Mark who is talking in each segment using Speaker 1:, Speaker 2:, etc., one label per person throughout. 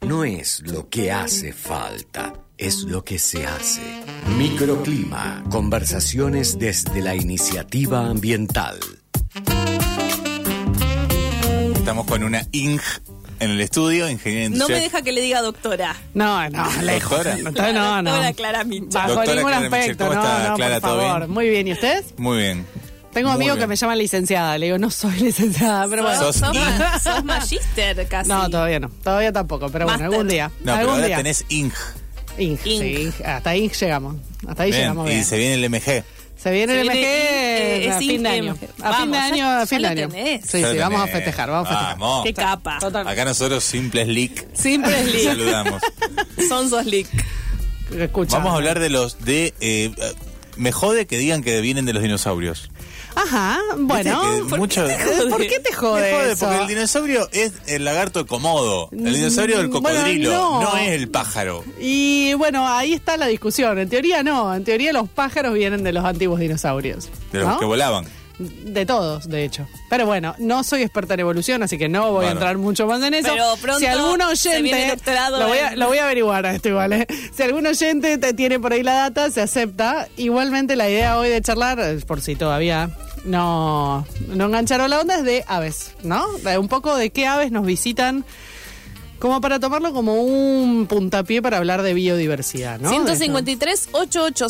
Speaker 1: No es lo que hace falta, es lo que se hace. Microclima, conversaciones desde la iniciativa ambiental.
Speaker 2: Estamos con una ING en el estudio, ingeniera
Speaker 3: No me
Speaker 2: industrial.
Speaker 3: deja que le diga doctora.
Speaker 4: No, no, lejos.
Speaker 2: Doctora.
Speaker 4: Ah, No, no, no.
Speaker 3: Doctora Clara Mincha.
Speaker 4: Bajo
Speaker 2: Doctora
Speaker 4: ningún
Speaker 2: Clara Michel,
Speaker 4: aspecto,
Speaker 2: ¿cómo
Speaker 4: no,
Speaker 2: está,
Speaker 4: no,
Speaker 2: Clara?
Speaker 4: por
Speaker 2: ¿Todo
Speaker 4: favor.
Speaker 2: bien?
Speaker 4: Muy bien, ¿y ustedes?
Speaker 2: Muy bien.
Speaker 4: Tengo
Speaker 2: Muy
Speaker 4: amigos que
Speaker 2: bien.
Speaker 4: me llaman licenciada, le digo, no soy licenciada, pero bueno.
Speaker 3: Sos,
Speaker 2: Sos
Speaker 3: sos
Speaker 2: in-
Speaker 3: ma- sos magister casi.
Speaker 4: No, todavía no, todavía tampoco, pero bueno,
Speaker 3: Master.
Speaker 4: algún día.
Speaker 2: No, pero
Speaker 4: algún
Speaker 2: ahora
Speaker 4: día.
Speaker 2: tenés ING.
Speaker 4: Inc, sí,
Speaker 3: Inc.
Speaker 4: Inc. hasta Inc llegamos, hasta ahí llegamos
Speaker 2: Bien,
Speaker 4: bien.
Speaker 2: Y se viene el MG.
Speaker 4: Se viene
Speaker 3: Se
Speaker 4: el
Speaker 3: viene
Speaker 4: MG
Speaker 3: Inc, eh,
Speaker 4: a
Speaker 3: es
Speaker 4: fin de
Speaker 3: Inc,
Speaker 4: año. A
Speaker 3: vamos,
Speaker 4: fin de
Speaker 3: ya-
Speaker 4: año, a
Speaker 3: ya
Speaker 4: fin de
Speaker 3: lo
Speaker 4: año.
Speaker 3: tenés.
Speaker 4: Sí,
Speaker 2: Ya
Speaker 4: sí,
Speaker 2: lo
Speaker 4: vamos a
Speaker 2: tenés.
Speaker 4: festejar, vamos a festejar.
Speaker 2: Vamos.
Speaker 3: Qué capa.
Speaker 4: Total.
Speaker 2: Acá nosotros simples leak.
Speaker 4: Simple es lindo.
Speaker 2: Saludamos.
Speaker 3: Son sos leak.
Speaker 4: Escucha.
Speaker 2: Vamos a hablar de los de eh, me jode que digan que vienen de los dinosaurios.
Speaker 4: Ajá,
Speaker 2: Viste
Speaker 4: bueno.
Speaker 2: que mucho-
Speaker 4: Eh, ¿Por qué te jode?
Speaker 2: Me jode
Speaker 4: eso?
Speaker 2: porque el dinosaurio es el lagarto de comodo, el dinosaurio del
Speaker 4: Mm,
Speaker 2: cocodrilo,
Speaker 4: bueno, no.
Speaker 2: no es el pájaro.
Speaker 4: Y bueno, ahí está la discusión. En teoría no, en teoría los pájaros vienen de los antiguos dinosaurios.
Speaker 2: De los
Speaker 4: ¿no? Eh,
Speaker 2: que volaban.
Speaker 4: De todos, de hecho. Pero bueno, no soy experta en evolución, así que no voy a
Speaker 2: Bueno.
Speaker 4: entrar mucho más en eso.
Speaker 3: Pero pronto
Speaker 4: si algún
Speaker 3: se viene el
Speaker 4: oyente.
Speaker 3: doctorado
Speaker 4: lo, voy a,
Speaker 3: en-
Speaker 4: lo voy a averiguar a esto igual. ¿eh? Si algún oyente te tiene por ahí la data, se acepta. Igualmente, la idea hoy de charlar, eh, por si todavía no, no engancharon la onda, es de aves, ¿no? De un poco de qué aves nos visitan. Como para tomarlo como un puntapié para hablar de biodiversidad, ¿no? De eso.
Speaker 3: 153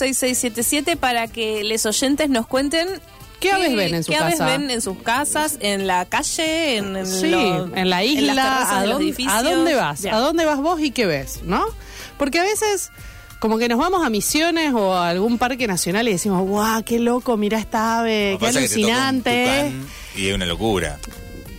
Speaker 3: 886677 para que les oyentes nos cuenten
Speaker 4: ¿Qué aves ven en su
Speaker 3: qué aves
Speaker 4: casa?
Speaker 3: ven en sus casas, en la calle, en, en
Speaker 4: Sí,
Speaker 3: lo-
Speaker 4: en la isla,
Speaker 3: en las terrazas
Speaker 4: ¿a,
Speaker 3: de los
Speaker 4: dónde,
Speaker 3: edificios.
Speaker 4: a dónde vas?
Speaker 3: Bien.
Speaker 4: ¿A dónde vas vos y qué ves? ¿No? Porque a veces como que nos vamos a misiones o a algún parque nacional y decimos, guau, qué loco, mirá esta ave,
Speaker 2: Lo que
Speaker 4: qué
Speaker 2: pasa es que te toca un
Speaker 4: alucinante. ¿eh?
Speaker 2: tucán Y es una locura.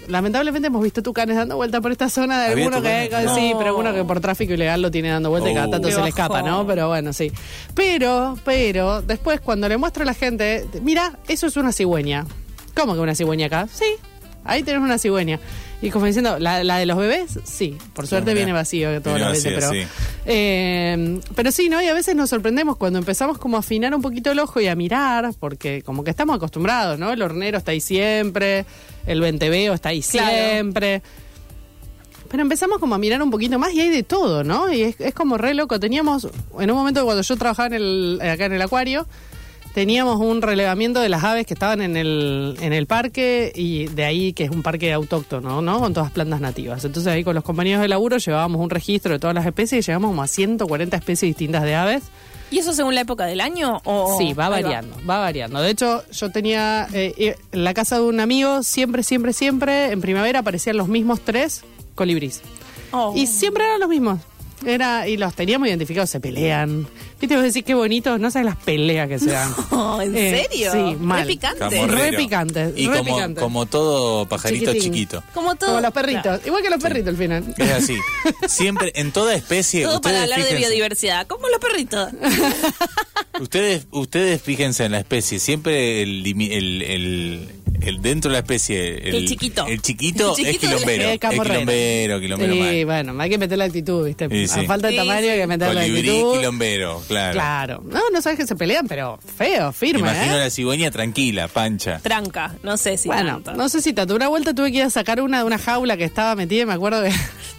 Speaker 4: Lamentablemente hemos visto tucanes dando vuelta por esta zona de
Speaker 2: ¿Había
Speaker 4: alguno que,
Speaker 2: tucanes?
Speaker 4: sí,
Speaker 3: No.
Speaker 4: pero uno que por tráfico ilegal lo tiene dando vuelta y cada
Speaker 2: Oh.
Speaker 4: tanto
Speaker 2: Qué
Speaker 4: se le escapa,
Speaker 3: bajón.
Speaker 4: ¿no? Pero bueno, sí. Pero, pero, después cuando le muestro a la gente, mira, eso es una cigüeña. ¿Cómo que una cigüeña acá? Sí, ahí tenés una cigüeña. Y como diciendo, la, la de los bebés, sí. Por suerte
Speaker 2: mirá.
Speaker 4: viene vacío todas
Speaker 2: Viene
Speaker 4: las veces,
Speaker 2: vacío,
Speaker 4: pero.
Speaker 2: sí.
Speaker 4: Eh, pero sí, ¿no? Y a veces nos sorprendemos cuando empezamos como a afinar un poquito el ojo y a mirar, porque como que estamos acostumbrados, ¿no? El hornero está ahí siempre, el venteveo está ahí
Speaker 3: Claro.
Speaker 4: siempre. Pero empezamos como a mirar un poquito más y hay de todo, ¿no? Y es, es como re loco. Teníamos, en un momento cuando yo trabajaba en el, acá en el acuario, teníamos un relevamiento de las aves que estaban en el, en el parque y de ahí que es un parque autóctono, ¿no? Con todas plantas nativas. Entonces ahí con los compañeros de laburo llevábamos un registro de todas las especies y llegamos como a 140 especies distintas de aves.
Speaker 3: ¿Y eso según la época del año? O...
Speaker 4: Sí, va
Speaker 3: Oh, Ahí
Speaker 4: variando, va. variando. De hecho, yo tenía eh, eh, en la casa de un amigo, siempre, siempre, siempre, en primavera aparecían los mismos tres colibrís.
Speaker 3: Oh.
Speaker 4: Y siempre eran los mismos. Era, y los teníamos identificados, se pelean. Viste, vos decís qué bonitos, no sabes las peleas que se dan.
Speaker 3: Oh, ¿En
Speaker 4: Eh,
Speaker 3: serio?
Speaker 4: Sí, mal.
Speaker 3: Re picante.
Speaker 2: Camorrero.
Speaker 4: Re picante,
Speaker 2: Y
Speaker 4: re
Speaker 2: como,
Speaker 4: picante.
Speaker 2: como todo pajarito
Speaker 4: Chiquitín.
Speaker 2: chiquito.
Speaker 3: Como todo.
Speaker 4: Como los perritos.
Speaker 3: Claro.
Speaker 4: Igual que los perritos al final.
Speaker 2: Es así. Siempre, en toda especie.
Speaker 3: Todo para
Speaker 2: ustedes
Speaker 3: hablar de
Speaker 2: fíjense-
Speaker 3: biodiversidad. Como los perritos.
Speaker 2: Ustedes, ustedes fíjense en la especie, siempre el, limi- el, el- el- dentro de la especie, el,
Speaker 3: El chiquito.
Speaker 2: el chiquito,
Speaker 3: El
Speaker 2: es
Speaker 3: chiquito de la-
Speaker 2: quilombero,
Speaker 4: Eh,
Speaker 2: es
Speaker 4: camorrero.
Speaker 2: quilombero, quilombero
Speaker 4: Y
Speaker 2: mal.
Speaker 4: bueno, hay que meter la actitud, ¿viste?
Speaker 2: Sí, sí.
Speaker 4: A falta de
Speaker 3: Sí,
Speaker 4: tamaño hay
Speaker 3: sí.
Speaker 4: que meter la
Speaker 2: Colibrí,
Speaker 4: actitud.
Speaker 2: quilombero, claro.
Speaker 4: Claro. No, no sabes que se pelean, pero feo,
Speaker 2: Me
Speaker 4: firme,
Speaker 2: Imagino
Speaker 4: ¿eh?
Speaker 2: la cigüeña tranquila, pancha.
Speaker 3: Tranca. No sé si.
Speaker 4: Bueno,
Speaker 3: tanto.
Speaker 4: no sé si tanto. Una vuelta tuve que ir a sacar una de una jaula que estaba metida, y me acuerdo de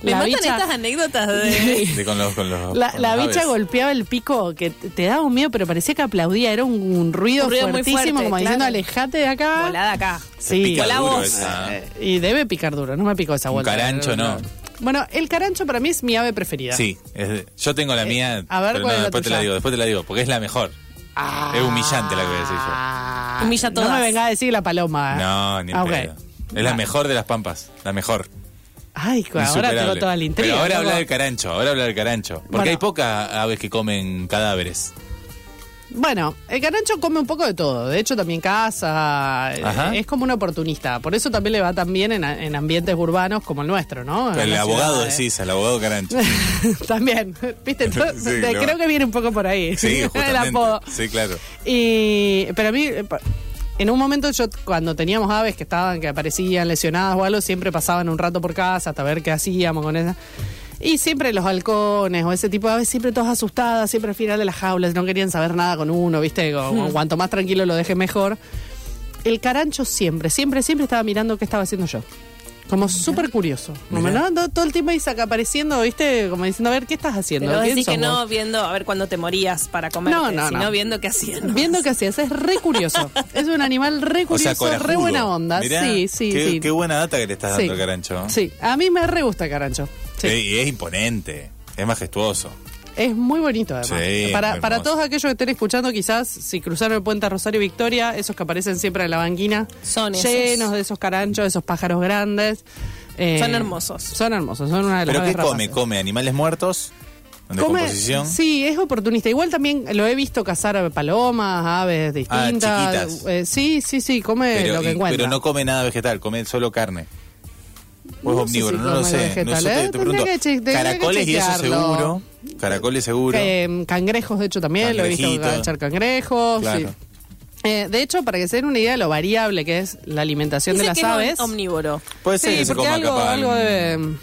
Speaker 3: Me
Speaker 4: la
Speaker 3: matan
Speaker 4: bicha.
Speaker 3: estas anécdotas de.
Speaker 2: De con los, con los-
Speaker 4: La,
Speaker 2: con
Speaker 4: la
Speaker 2: los
Speaker 4: bicha
Speaker 2: aves.
Speaker 4: golpeaba el pico que te te daba un miedo, pero parecía que aplaudía. Era un, un ruido,
Speaker 3: Un ruido muy
Speaker 4: fuertísimo,
Speaker 3: fuerte,
Speaker 4: como diciendo,
Speaker 3: claro.
Speaker 4: alejate de acá.
Speaker 3: Volada acá.
Speaker 4: Sí,
Speaker 2: pica
Speaker 3: Volá
Speaker 2: duro
Speaker 3: vos.
Speaker 2: esa.
Speaker 4: Eh, Y debe picar duro, no me picó esa
Speaker 2: Ah. Un
Speaker 4: vuelta.
Speaker 2: carancho, no.
Speaker 4: Bueno, el carancho para mí es mi ave preferida.
Speaker 2: Sí, es de- yo tengo la mía,
Speaker 4: Eh, a ver,
Speaker 2: pero no,
Speaker 4: ¿cuál es la
Speaker 2: después te la
Speaker 4: tuya?
Speaker 2: digo, después te la digo, porque es la mejor.
Speaker 4: Ah.
Speaker 2: Es humillante la que voy a decir yo.
Speaker 3: Humilla todas.
Speaker 4: No me venga a decir la paloma.
Speaker 2: No, ni en
Speaker 4: Ah, ok.
Speaker 2: pedo. Es la mejor de las pampas, la mejor.
Speaker 4: Ay, ahora tengo
Speaker 2: Insuperable.
Speaker 4: toda la intriga.
Speaker 2: Pero ahora
Speaker 4: loco.
Speaker 2: habla del carancho, ahora habla del carancho. Porque
Speaker 4: Bueno.
Speaker 2: hay pocas aves que comen cadáveres.
Speaker 4: Bueno, el carancho come un poco de todo. De hecho, también caza. eh,
Speaker 2: Ajá.
Speaker 4: Es como un oportunista. Por eso también le va tan bien en, a- en ambientes urbanos como el nuestro, ¿no? En
Speaker 2: El
Speaker 4: las
Speaker 2: abogado
Speaker 4: ciudades.
Speaker 2: decís, el abogado carancho.
Speaker 4: también. ¿Viste? Todo-
Speaker 2: Sí,
Speaker 4: te-
Speaker 2: lo-
Speaker 4: Creo que viene un poco por ahí.
Speaker 2: Sí,
Speaker 4: el apodo.
Speaker 2: justamente. Sí, claro.
Speaker 4: Y, pero a mí, eh, pa- en un momento yo, cuando teníamos aves que estaban, que aparecían lesionadas o algo, siempre pasaban un rato por casa hasta ver qué hacíamos con esas. Y siempre los halcones o ese tipo de aves, siempre todas asustadas, siempre al final de las jaulas, no querían saber nada con uno, ¿viste? Como, Cuanto más tranquilo lo deje mejor. El carancho siempre, siempre, siempre estaba mirando qué estaba haciendo yo. Como súper curioso. Como,
Speaker 2: Mirá.
Speaker 4: ¿no? Todo- Todo el tiempo ahí saca apareciendo, ¿viste? Como diciendo, a ver, ¿qué estás haciendo?
Speaker 3: Pero
Speaker 4: ¿Quién
Speaker 3: así que
Speaker 4: sos
Speaker 3: no
Speaker 4: vos?
Speaker 3: viendo, a ver cuándo te morías para comer,
Speaker 4: No, no,
Speaker 3: sino
Speaker 4: no.
Speaker 3: viendo qué hacían.
Speaker 4: Viendo qué hacías, es re curioso. es un animal re
Speaker 2: O sea,
Speaker 4: curioso, re
Speaker 2: corajudo.
Speaker 4: buena onda.
Speaker 2: Mirá,
Speaker 4: sí, sí,
Speaker 2: qué,
Speaker 4: sí.
Speaker 2: Qué buena data que le estás
Speaker 4: Sí.
Speaker 2: dando, Carancho.
Speaker 4: Sí, a mí me re gusta Carancho. Sí.
Speaker 2: Eh, Y es imponente, es majestuoso.
Speaker 4: Es muy bonito, además.
Speaker 2: Sí,
Speaker 4: para,
Speaker 2: muy
Speaker 4: para
Speaker 2: hermoso.
Speaker 4: todos aquellos que estén escuchando, quizás si cruzaron el puente a Rosario y Victoria, esos que aparecen siempre en la banquina,
Speaker 3: Son esos.
Speaker 4: llenos de esos caranchos, de esos pájaros grandes. eh,
Speaker 3: Son hermosos.
Speaker 4: Son hermosos, son una de las
Speaker 2: ¿Pero qué
Speaker 4: aves
Speaker 2: come?
Speaker 4: rapaces.
Speaker 2: ¿Come animales muertos? ¿En
Speaker 4: Come-
Speaker 2: descomposición?
Speaker 4: Sí, es oportunista. Igual también lo he visto cazar a palomas, aves
Speaker 2: Ah,
Speaker 4: distintas.
Speaker 2: chiquitas.
Speaker 4: Eh, sí, sí, sí, come
Speaker 2: pero,
Speaker 4: lo que
Speaker 2: y-
Speaker 4: encuentra.
Speaker 2: pero no come nada vegetal, come solo carne. O es
Speaker 4: No sé
Speaker 2: omnívoro,
Speaker 4: si
Speaker 2: no lo
Speaker 4: come
Speaker 2: sé.
Speaker 4: vegetal,
Speaker 2: no sé,
Speaker 4: ¿eh?
Speaker 2: te- te,
Speaker 4: Tendría
Speaker 2: pregunto.
Speaker 4: que che- tendría que
Speaker 2: caracoles y eso
Speaker 4: chequearlo.
Speaker 2: seguro. Caracoles seguro.
Speaker 4: Eh, cangrejos, de hecho, también lo he visto
Speaker 2: Cangrejito.
Speaker 4: cazar cangrejos.
Speaker 2: Claro.
Speaker 4: sí. Eh, de hecho, para que se den una idea de lo variable que es la alimentación
Speaker 3: Dice
Speaker 4: de las
Speaker 3: que es
Speaker 4: aves.
Speaker 3: omnívoro.
Speaker 2: Puede ser
Speaker 4: Sí,
Speaker 2: que se
Speaker 4: porque
Speaker 2: coma
Speaker 4: algo,
Speaker 2: capaz
Speaker 4: algo
Speaker 2: algún-
Speaker 4: de...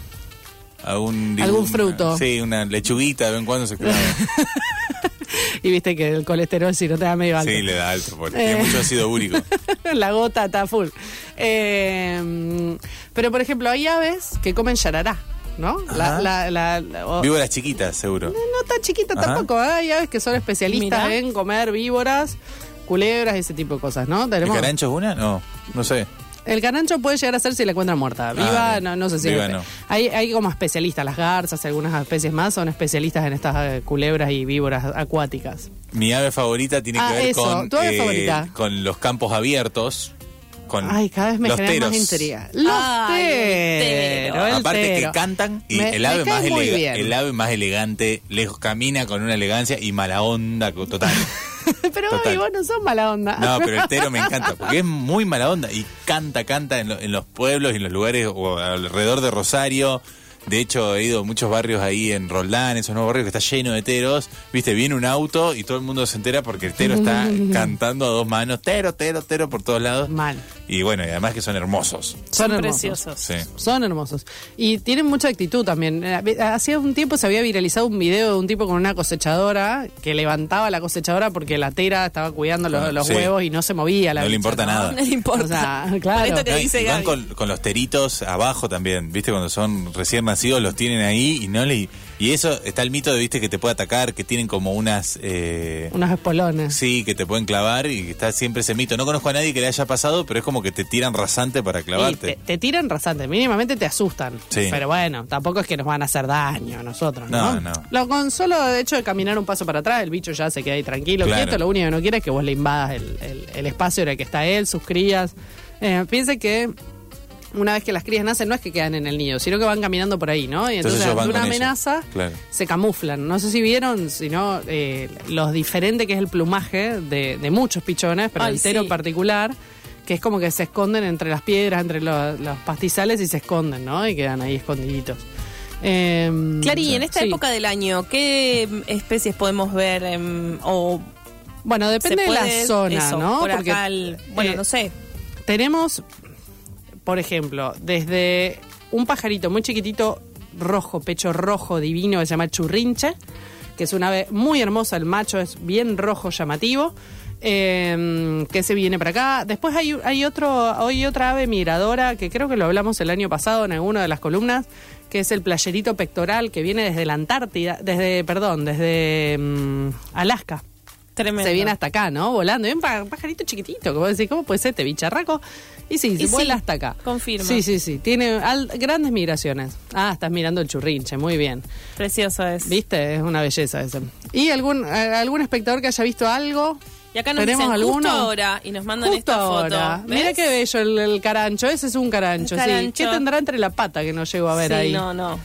Speaker 2: algún,
Speaker 4: algún
Speaker 2: una-
Speaker 4: fruto.
Speaker 2: Sí, una lechuguita de vez en cuando se clava.
Speaker 4: Y viste que el colesterol, si no te da medio alto.
Speaker 2: sí, le da alto, porque
Speaker 4: Eh.
Speaker 2: tiene mucho ácido úrico.
Speaker 4: la gota está full. Eh, pero, por ejemplo, hay aves que comen yarará, ¿no? La,
Speaker 2: Ajá.
Speaker 4: la- la- la- o-
Speaker 2: Víboras chiquitas, seguro.
Speaker 4: no tan chiquita
Speaker 2: Ajá.
Speaker 4: tampoco. ¿eh? Hay aves que son especialistas
Speaker 3: Mirá.
Speaker 4: en comer víboras, culebras y ese tipo de cosas, ¿no?
Speaker 2: ¿El
Speaker 4: Tenemos-
Speaker 2: carancho es una? No, no sé.
Speaker 4: El carancho puede llegar a ser si la encuentran muerta. Viva,
Speaker 2: Ah, bien.
Speaker 4: no, no sé si.
Speaker 2: Viva
Speaker 4: es-
Speaker 2: no.
Speaker 4: Hay, hay como especialistas, las garzas y algunas especies más son especialistas en estas eh, culebras y víboras acuáticas.
Speaker 2: Mi ave favorita tiene
Speaker 4: Ah,
Speaker 2: que ver
Speaker 4: eso,
Speaker 2: con, eh,
Speaker 4: tu ave favorita.
Speaker 2: con los campos abiertos. Con
Speaker 4: Ay, cada vez me
Speaker 2: los
Speaker 4: genera
Speaker 2: teros.
Speaker 4: más intriga. Los
Speaker 3: Ay, el
Speaker 4: teros.
Speaker 3: tero.
Speaker 4: el
Speaker 2: Aparte
Speaker 4: tero.
Speaker 2: que cantan y
Speaker 4: Me-
Speaker 2: el, ave
Speaker 4: me
Speaker 2: más
Speaker 4: cae muy
Speaker 2: elega-
Speaker 4: bien.
Speaker 2: el ave más elegante lejos camina con una elegancia y mala onda co- total.
Speaker 4: pero
Speaker 2: Total.
Speaker 4: Gaby, vos no sos mala onda.
Speaker 2: No, pero el tero me encanta porque es muy mala onda y canta, canta en, lo- en los pueblos y en los lugares o alrededor de Rosario. De hecho, he ido a muchos barrios ahí en Roldán, esos nuevos barrios que está lleno de teros. Viste, viene un auto y todo el mundo se entera porque el tero está cantando a dos manos, tero, tero, tero por todos lados.
Speaker 4: Mal.
Speaker 2: Y bueno, y además que son hermosos.
Speaker 4: Son
Speaker 3: Son
Speaker 4: hermosos.
Speaker 3: preciosos.
Speaker 2: Sí.
Speaker 4: Son hermosos. Y tienen mucha actitud también. Eh, Hacía un tiempo se había viralizado un video de un tipo con una cosechadora que levantaba la cosechadora porque la tera estaba cuidando los,
Speaker 2: Ah,
Speaker 4: los
Speaker 2: sí.
Speaker 4: huevos y no se movía la
Speaker 2: No le
Speaker 4: bicha,
Speaker 2: importa nada.
Speaker 3: No le importa.
Speaker 4: O sea, claro.
Speaker 3: Por esto que
Speaker 2: No, y-
Speaker 3: dice
Speaker 2: y van
Speaker 3: Gaby.
Speaker 2: con, con los teritos abajo también, viste, cuando son recién nacidos los tienen ahí y no le... Y eso, está el mito de, viste, que te puede atacar, que tienen como unas... eh,
Speaker 4: Unos espolones.
Speaker 2: sí, que te pueden clavar y que está siempre ese mito. No conozco a nadie que le haya pasado, pero es como que te tiran rasante para
Speaker 4: Y
Speaker 2: clavarte.
Speaker 4: te, te tiran rasante, mínimamente te asustan.
Speaker 2: Sí.
Speaker 4: Pero bueno, tampoco es que nos van a hacer daño a nosotros, ¿no?
Speaker 2: No, no.
Speaker 4: Lo, con solo de hecho de caminar un paso para atrás, el bicho ya se queda ahí tranquilo,
Speaker 2: Claro.
Speaker 4: quieto. Lo único que no quiere es que vos le invadas el, el- el espacio en el que está él, sus crías. Eh, piense que una vez que las crías nacen, no es que quedan en el nido, sino que van caminando por ahí, ¿no? Y entonces,
Speaker 2: Entonces ellos van
Speaker 4: ante una
Speaker 2: con ellos.
Speaker 4: amenaza
Speaker 2: Claro.
Speaker 4: se camuflan. No sé si vieron, sino eh, lo diferente que es el plumaje de, de muchos pichones, pero
Speaker 3: Ay,
Speaker 4: el tero
Speaker 3: sí.
Speaker 4: en particular, que es como que se esconden entre las piedras, entre lo- los pastizales y se esconden, ¿no? Y quedan ahí escondiditos. Eh,
Speaker 3: Clary, en esta
Speaker 4: sí.
Speaker 3: época del año, ¿qué mm, especies podemos ver em, o
Speaker 4: Bueno, depende
Speaker 3: se
Speaker 4: de
Speaker 3: puede
Speaker 4: la zona,
Speaker 3: eso,
Speaker 4: ¿no?
Speaker 3: Por acá
Speaker 4: Porque,
Speaker 3: al- bueno,
Speaker 4: eh,
Speaker 3: no sé.
Speaker 4: Tenemos, por ejemplo, desde un pajarito muy chiquitito, rojo, pecho rojo, divino, que se llama churrinche, que es un ave muy hermosa, el macho es bien rojo, llamativo, eh, que se viene para acá. Después hay, hay, otro, hay otra ave migradora, que creo que lo hablamos el año pasado en alguna de las columnas, que es el playerito pectoral, que viene desde la Antártida, desde, perdón, desde mm, Alaska
Speaker 3: Tremendo.
Speaker 4: se viene hasta acá, ¿no? Volando. Y un pa- pajarito chiquitito, como decís, ¿cómo puede ser este bicharraco? Y sí,
Speaker 3: Y
Speaker 4: vuela
Speaker 3: sí,
Speaker 4: hasta acá.
Speaker 3: confirmo.
Speaker 4: Sí, sí, sí. Tiene al- grandes migraciones. Ah, estás mirando el churrinche, muy bien.
Speaker 3: Precioso es.
Speaker 4: ¿Viste? Es una belleza ese. ¿Y algún, eh, algún espectador que haya visto algo?
Speaker 3: Y acá nos
Speaker 4: ¿Tenemos
Speaker 3: dicen
Speaker 4: alguno?
Speaker 3: justo ahora y nos mandan
Speaker 4: Justo
Speaker 3: esta foto.
Speaker 4: ahora.
Speaker 3: ¿Ves?
Speaker 4: Mira qué bello el, el carancho. Ese es un carancho,
Speaker 3: El carancho.
Speaker 4: sí. ¿Qué tendrá entre la pata que no llego a ver
Speaker 3: sí,
Speaker 4: ahí?
Speaker 3: no, no.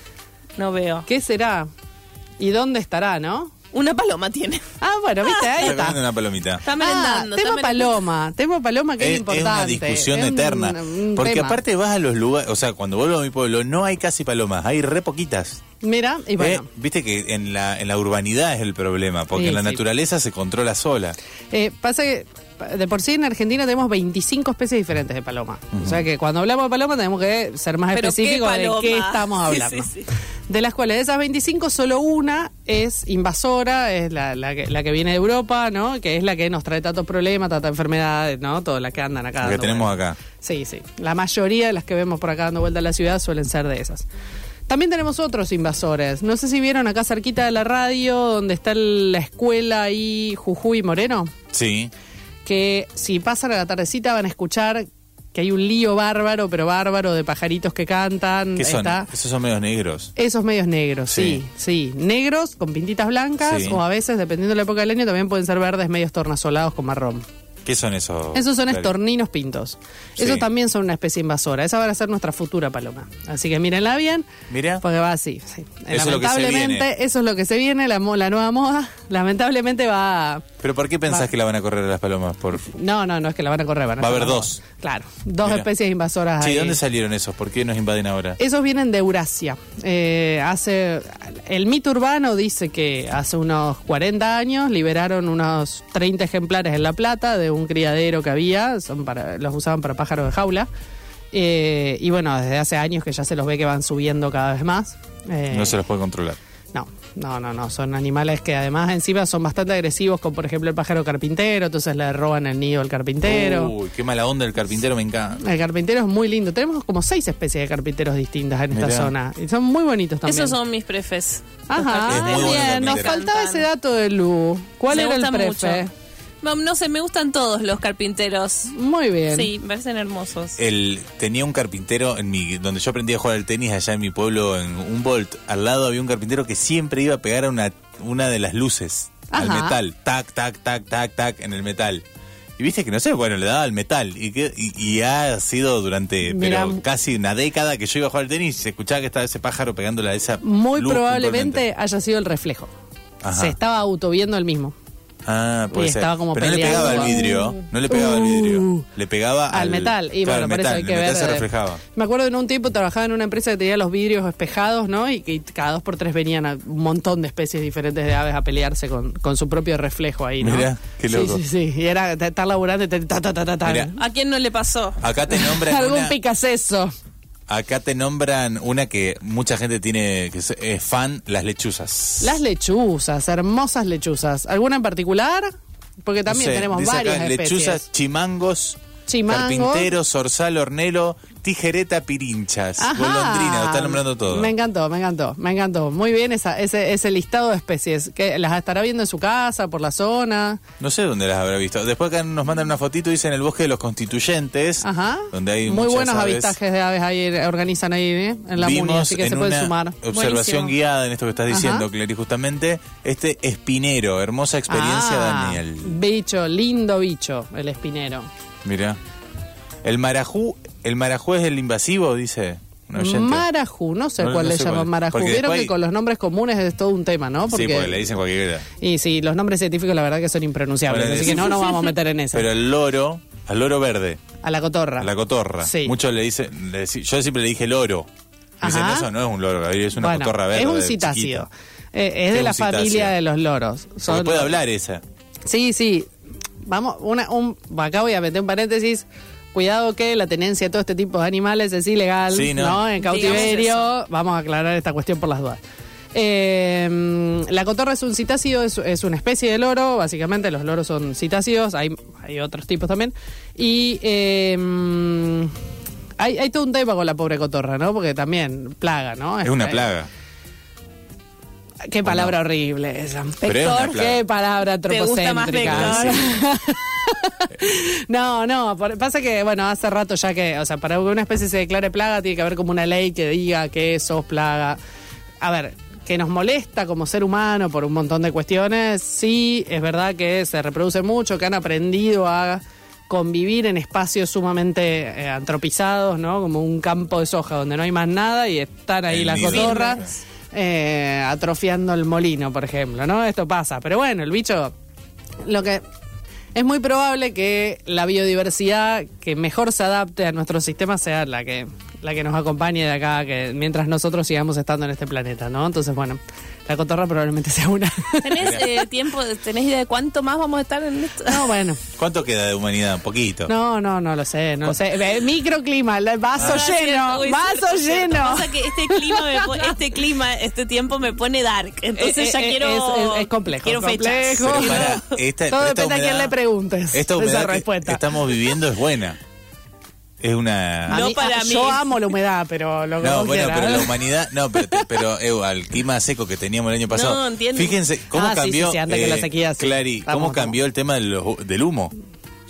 Speaker 3: No veo.
Speaker 4: ¿Qué será? ¿Y dónde estará, no?
Speaker 3: Una paloma tiene.
Speaker 4: Ah, bueno, viste, ahí
Speaker 2: Está
Speaker 4: está.
Speaker 2: comiendo una palomita.
Speaker 3: Está
Speaker 4: Ah,
Speaker 3: merendando.
Speaker 4: tema
Speaker 3: está merendando.
Speaker 4: paloma, tema paloma que es,
Speaker 2: Es, es
Speaker 4: importante.
Speaker 2: una discusión
Speaker 4: es un-
Speaker 2: eterna.
Speaker 4: un
Speaker 2: porque
Speaker 4: tema.
Speaker 2: aparte vas a los lugares, o sea, cuando vuelvo a mi pueblo no hay casi palomas, hay re poquitas.
Speaker 4: Mira, y bueno.
Speaker 2: Eh, Viste que en la, en la urbanidad es el problema, porque
Speaker 4: Sí,
Speaker 2: en la
Speaker 4: sí.
Speaker 2: naturaleza se controla sola.
Speaker 4: eh, pasa que de por sí en Argentina tenemos 25 especies diferentes de paloma. O sea que cuando hablamos de paloma tenemos que ser más
Speaker 3: Pero, ¿qué
Speaker 4: específicos de
Speaker 3: paloma?
Speaker 4: qué estamos
Speaker 3: Sí,
Speaker 4: hablando.
Speaker 3: sí, sí.
Speaker 4: De las cuales de esas 25, solo una es invasora, es la, la que, la que viene de Europa, ¿no? Que es la que nos trae tantos problemas, tantas enfermedades, ¿no? Todas las que andan acá.
Speaker 2: Lo que
Speaker 4: dando
Speaker 2: tenemos
Speaker 4: vueltas.
Speaker 2: acá.
Speaker 4: Sí, sí. La mayoría de las que vemos por acá dando vuelta a la ciudad suelen ser de esas. También tenemos otros invasores. No sé si vieron acá cerquita de la radio, donde está el- la escuela ahí Jujuy Moreno
Speaker 2: Sí.
Speaker 4: que si pasan a la tardecita van a escuchar que hay un lío bárbaro, pero bárbaro, de pajaritos que cantan.
Speaker 2: ¿Qué son?
Speaker 4: está-
Speaker 2: Esos son medios negros.
Speaker 4: Esos medios negros, sí. sí, Negros con pintitas blancas
Speaker 2: Sí.
Speaker 4: o a veces, dependiendo de la época del año, también pueden ser verdes medios tornasolados con marrón.
Speaker 2: ¿Qué son esos?
Speaker 4: Esos son
Speaker 2: Claro.
Speaker 4: estorninos pintos.
Speaker 2: Sí.
Speaker 4: Esos también son una especie invasora. Esa va a ser nuestra futura paloma. Así que mírenla bien.
Speaker 2: Mirá.
Speaker 4: Porque va así. sí.
Speaker 2: Eso es lo que se viene.
Speaker 4: Lamentablemente, eso es lo que se viene, la, mo- la nueva moda. Lamentablemente va...
Speaker 2: ¿Pero por qué pensás
Speaker 4: Va.
Speaker 2: que la van a correr a las palomas? Por...
Speaker 4: No, no, no es que la van a correr. Van
Speaker 2: Va a haber
Speaker 4: sacar la
Speaker 2: dos.
Speaker 4: moda. Claro, dos
Speaker 2: Mira.
Speaker 4: especies invasoras.
Speaker 2: Che,
Speaker 4: ahí.
Speaker 2: ¿dónde salieron esos? ¿Por qué nos invaden ahora?
Speaker 4: Esos vienen de Eurasia. Eh, hace El mito urbano dice que hace unos 40 años liberaron unos 30 ejemplares en La Plata de un criadero que había, son para, los usaban para pájaros de jaula. Eh, y bueno, desde hace años que ya se los ve que van subiendo cada vez más. Eh,
Speaker 2: No se los puede controlar.
Speaker 4: no, no, no, no. Son animales que además encima son bastante agresivos, como por ejemplo el pájaro carpintero, entonces le roban el nido al carpintero.
Speaker 2: Uy, qué mala onda el carpintero, me encanta.
Speaker 4: El carpintero es muy lindo. Tenemos como seis especies de carpinteros distintas en esta
Speaker 2: Mirá.
Speaker 4: zona. Y son muy bonitos también.
Speaker 3: Esos son mis prefes.
Speaker 4: Ajá,
Speaker 2: Es muy bueno
Speaker 4: bien.
Speaker 2: el
Speaker 4: Nos
Speaker 2: carpintero.
Speaker 4: faltaba ese dato de Lu. ¿Cuál
Speaker 3: Me
Speaker 4: era el
Speaker 3: gustan
Speaker 4: prefe?
Speaker 3: mucho. No, no sé, me gustan todos los carpinteros.
Speaker 4: Muy bien.
Speaker 3: Sí, me parecen
Speaker 4: Eh.
Speaker 3: hermosos.
Speaker 2: El, tenía un carpintero en mi, donde yo aprendí a jugar al tenis allá en mi pueblo, en un volt. Al lado había un carpintero que siempre iba a pegar a una, una de las luces al
Speaker 4: Ajá.
Speaker 2: metal. Tac, tac, tac, tac, tac, en el metal. Y viste que no sé, bueno, le daba al metal. Y, que- y, y ha sido durante
Speaker 4: Mirá.
Speaker 2: pero casi una década que yo iba a jugar al tenis y se escuchaba que estaba ese pájaro pegándole a esa.
Speaker 4: Muy
Speaker 2: luz
Speaker 4: probablemente
Speaker 2: puntualmente.
Speaker 4: haya sido el reflejo.
Speaker 2: Ajá.
Speaker 4: Se estaba autoviendo el mismo.
Speaker 2: Ah, puede
Speaker 4: Y
Speaker 2: ser.
Speaker 4: estaba como
Speaker 2: Pero no le
Speaker 4: peleando.
Speaker 2: pegaba al vidrio, no le pegaba al vidrio,
Speaker 4: Uh.
Speaker 2: le pegaba
Speaker 4: al,
Speaker 2: al,
Speaker 4: metal. Y
Speaker 2: claro,
Speaker 4: bueno,
Speaker 2: al
Speaker 4: por eso
Speaker 2: metal,
Speaker 4: hay
Speaker 2: el
Speaker 4: que
Speaker 2: metal
Speaker 4: ver.
Speaker 2: se
Speaker 4: eh,
Speaker 2: reflejaba.
Speaker 4: Me acuerdo en un tiempo trabajaba en una empresa que tenía los vidrios espejados, ¿no? Y que cada dos por tres venían a un montón de especies diferentes de aves a pelearse con, con su propio reflejo ahí, ¿no?
Speaker 2: Mirá, qué loco.
Speaker 4: Sí, sí, sí. Y era de estar laburando y te- ta, ta, ta, ta, ta.
Speaker 2: Mirá.
Speaker 3: ¿A quién no le pasó?
Speaker 2: Acá te nombran
Speaker 4: Algún
Speaker 2: una,
Speaker 4: picaceso.
Speaker 2: acá te nombran una que mucha gente tiene que es, es fan, las lechuzas.
Speaker 4: Las lechuzas, hermosas lechuzas. ¿Alguna en particular? Porque
Speaker 2: No
Speaker 4: también
Speaker 2: sé,
Speaker 4: tenemos
Speaker 2: dice acá,
Speaker 4: varias
Speaker 2: lechuzas,
Speaker 4: especies.
Speaker 2: chimangos,
Speaker 4: Chimango.
Speaker 2: carpinteros, zorzal, hornelo, tijereta, pirinchas,
Speaker 4: Ajá.
Speaker 2: golondrina, lo están nombrando todo.
Speaker 4: Me encantó, me encantó, me encantó. Muy bien esa- ese, ese listado de especies. que ¿Las estará viendo en su casa, por la zona?
Speaker 2: No sé dónde las habrá visto. Después acá nos mandan una fotito, dice en el bosque de los constituyentes,
Speaker 4: Ajá.
Speaker 2: donde hay
Speaker 4: Muy
Speaker 2: muchas
Speaker 4: buenos
Speaker 2: aves.
Speaker 4: habitajes de aves ahí eh, organizan ahí ¿eh? en la
Speaker 2: Vimos
Speaker 4: muni, así que
Speaker 2: en
Speaker 4: se pueden
Speaker 2: una
Speaker 4: sumar.
Speaker 2: Observación
Speaker 3: Buenísimo.
Speaker 2: guiada en esto que estás diciendo,
Speaker 4: Ajá.
Speaker 2: Clary, justamente. Este espinero, hermosa experiencia,
Speaker 4: Ah,
Speaker 2: Daniel.
Speaker 4: Bicho, lindo bicho, el espinero.
Speaker 2: Mira. El marajú, el marajú es el invasivo, dice un oyente.
Speaker 4: Marajú, no sé
Speaker 2: No,
Speaker 4: cuál
Speaker 2: no
Speaker 4: le
Speaker 2: sé
Speaker 4: llaman
Speaker 2: cuál.
Speaker 4: marajú.
Speaker 2: Porque
Speaker 4: Vieron
Speaker 2: después
Speaker 4: que
Speaker 2: hay-
Speaker 4: con los nombres comunes es todo un tema, ¿no?
Speaker 2: Sí, porque le dicen cualquiera.
Speaker 4: Y sí, los nombres científicos la verdad que son impronunciables,
Speaker 2: Bueno,
Speaker 4: así
Speaker 2: es-
Speaker 4: que no nos vamos a meter en eso.
Speaker 2: Pero el loro, al loro verde,
Speaker 4: a la cotorra.
Speaker 2: a la cotorra.
Speaker 4: Sí.
Speaker 2: Muchos le dicen, le decí- yo siempre le dije loro. Me Dicen,
Speaker 4: Ajá.
Speaker 2: eso no es un loro, Gabriel, es una
Speaker 4: Bueno,
Speaker 2: cotorra verde.
Speaker 4: es un
Speaker 2: chiquita".
Speaker 4: citácido. Eh, es
Speaker 2: Es
Speaker 4: de
Speaker 2: un
Speaker 4: la familia
Speaker 2: citácido.
Speaker 4: de los loros.
Speaker 2: Porque
Speaker 4: Son-
Speaker 2: puede hablar esa.
Speaker 4: Sí, sí. Vamos, una, un, acá voy a meter un paréntesis. Cuidado que la tenencia de todo este tipo de animales es ilegal,
Speaker 2: Sí, ¿no?
Speaker 4: ¿no? En
Speaker 3: Digamos
Speaker 4: cautiverio. Vamos a aclarar esta cuestión por las dudas. Eh, la cotorra es un citácido, es, es una especie de loro, básicamente los loros son citácidos, hay, hay otros tipos también. Y eh, hay, hay todo un tema con la pobre cotorra, ¿no? Porque también plaga, ¿no?
Speaker 2: Es una
Speaker 4: Eh,
Speaker 2: plaga.
Speaker 4: Qué palabra horrible esa.
Speaker 2: Pero es una
Speaker 3: Pector,
Speaker 2: plaga.
Speaker 4: Qué palabra
Speaker 3: ¿Te gusta más
Speaker 4: antropocéntrica.
Speaker 3: Pector?
Speaker 4: No, no, por- pasa que, bueno, hace rato ya que, o sea, para que una especie se declare plaga tiene que haber como una ley que diga que sos plaga. A ver, que nos molesta como ser humano por un montón de cuestiones, sí, es verdad que se reproduce mucho, que han aprendido a convivir en espacios sumamente eh, antropizados, ¿no? Como un campo de soja donde no hay más nada y están ahí
Speaker 2: El
Speaker 4: las
Speaker 2: nido.
Speaker 4: cotorras eh, atrofiando el molino, por ejemplo, ¿no? Esto pasa, pero bueno, el bicho lo que es muy probable que la biodiversidad que mejor se adapte a nuestro sistema sea la que la que nos acompañe de acá, que mientras nosotros sigamos estando en este planeta, ¿no? Entonces, bueno, la cotorra probablemente sea una.
Speaker 3: ¿Tenés eh, tiempo, tenés idea de cuánto más vamos a estar en esto?
Speaker 4: no, bueno.
Speaker 2: ¿Cuánto queda de humanidad? Un poquito.
Speaker 4: No, no, no lo sé, no lo sé. Eh, Microclima, la- vaso
Speaker 3: Ah,
Speaker 4: lleno,
Speaker 3: cierto, uy,
Speaker 4: vaso
Speaker 3: cierto, cierto.
Speaker 4: lleno.
Speaker 3: Pasa que este clima, me po- este clima, este tiempo me pone dark. Entonces
Speaker 4: Eh,
Speaker 3: ya
Speaker 4: eh,
Speaker 3: quiero.
Speaker 4: es- es- es complejo,
Speaker 3: Quiero fechas.
Speaker 4: complejo.
Speaker 2: Pero pará, esta-
Speaker 4: Todo
Speaker 2: pero esta
Speaker 4: depende a quién
Speaker 2: humedad-
Speaker 4: le preguntes.
Speaker 2: Esta humedad
Speaker 4: esa
Speaker 2: que
Speaker 4: respuesta.
Speaker 2: estamos viviendo es buena. Es una.
Speaker 4: A
Speaker 3: No
Speaker 4: mí-
Speaker 3: para
Speaker 4: ah,
Speaker 3: mí.
Speaker 4: Yo amo la humedad, pero lo que
Speaker 2: No,
Speaker 4: vos
Speaker 2: bueno,
Speaker 4: quieras. ¿eh?
Speaker 2: pero la humanidad. No, pero, pero Evo, al clima seco que teníamos el año pasado.
Speaker 3: No, entiendo.
Speaker 2: Fíjense cómo
Speaker 4: Ah, sí,
Speaker 2: cambió. eh,
Speaker 4: sí, sí, antes que la sequía, sí.
Speaker 2: Clary,
Speaker 4: Estamos,
Speaker 2: cómo
Speaker 4: estamos.
Speaker 2: cambió el tema de los- del humo.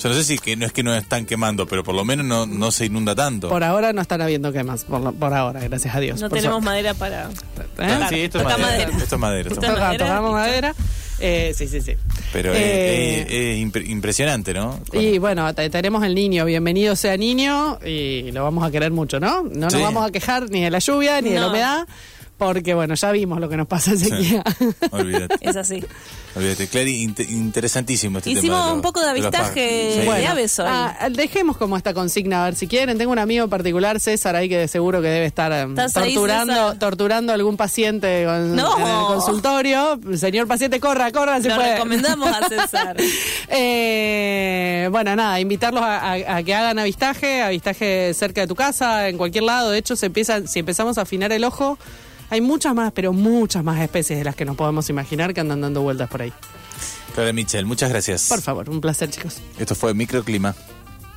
Speaker 2: Yo no sé si que no es que no están quemando, pero por lo menos no, no se inunda tanto.
Speaker 4: Por ahora no están habiendo quemas, por, lo- por ahora, gracias a Dios.
Speaker 3: No
Speaker 4: por
Speaker 3: tenemos
Speaker 4: suerte.
Speaker 3: madera para.
Speaker 4: ¿Eh?
Speaker 2: Ah, sí, esto es
Speaker 3: Toca
Speaker 2: madera.
Speaker 3: madera.
Speaker 2: Esto es madera. esto es madera.
Speaker 3: Toca
Speaker 4: Toca-
Speaker 3: madera
Speaker 4: tocamos
Speaker 3: y-
Speaker 4: madera. Eh, sí, sí, sí.
Speaker 2: Pero eh, es-
Speaker 4: Eh,
Speaker 2: es, es impre- impresionante, ¿no?
Speaker 4: Y bueno, te- tenemos el niño, bienvenido sea niño y lo vamos a querer mucho, ¿no? No
Speaker 2: Sí.
Speaker 4: nos vamos a quejar ni de la lluvia ni de la
Speaker 3: No.
Speaker 4: humedad, porque bueno, ya vimos lo que nos pasa en sequía.
Speaker 2: Olvídate.
Speaker 3: Es así.
Speaker 2: Olvídate. Clary, inte- interesantísimo este tema.
Speaker 3: Hicimos
Speaker 2: de los-
Speaker 3: un poco de
Speaker 2: los
Speaker 3: avistaje
Speaker 2: pájaros. Sí.
Speaker 3: de aves hoy.
Speaker 4: ah, dejemos como esta consigna, a ver si quieren. Tengo un amigo en particular, César, ahí que de seguro que debe estar em,
Speaker 3: ¿Estás ahí,
Speaker 4: torturando,
Speaker 3: César?
Speaker 4: torturando a algún paciente con-
Speaker 3: No.
Speaker 4: en el consultorio. Señor paciente, corra, corra, se
Speaker 3: Lo
Speaker 4: puede.
Speaker 3: recomendamos a César.
Speaker 4: Eh, bueno, nada, invitarlos a, a- a que hagan avistaje, avistaje cerca de tu casa, en cualquier lado. De hecho, se empieza, si empezamos a afinar el ojo, hay muchas más, pero muchas más especies de las que nos podemos imaginar que andan dando vueltas por ahí.
Speaker 2: Clara Michel, muchas gracias.
Speaker 4: Por favor, un placer, chicos.
Speaker 2: Esto fue Microclima.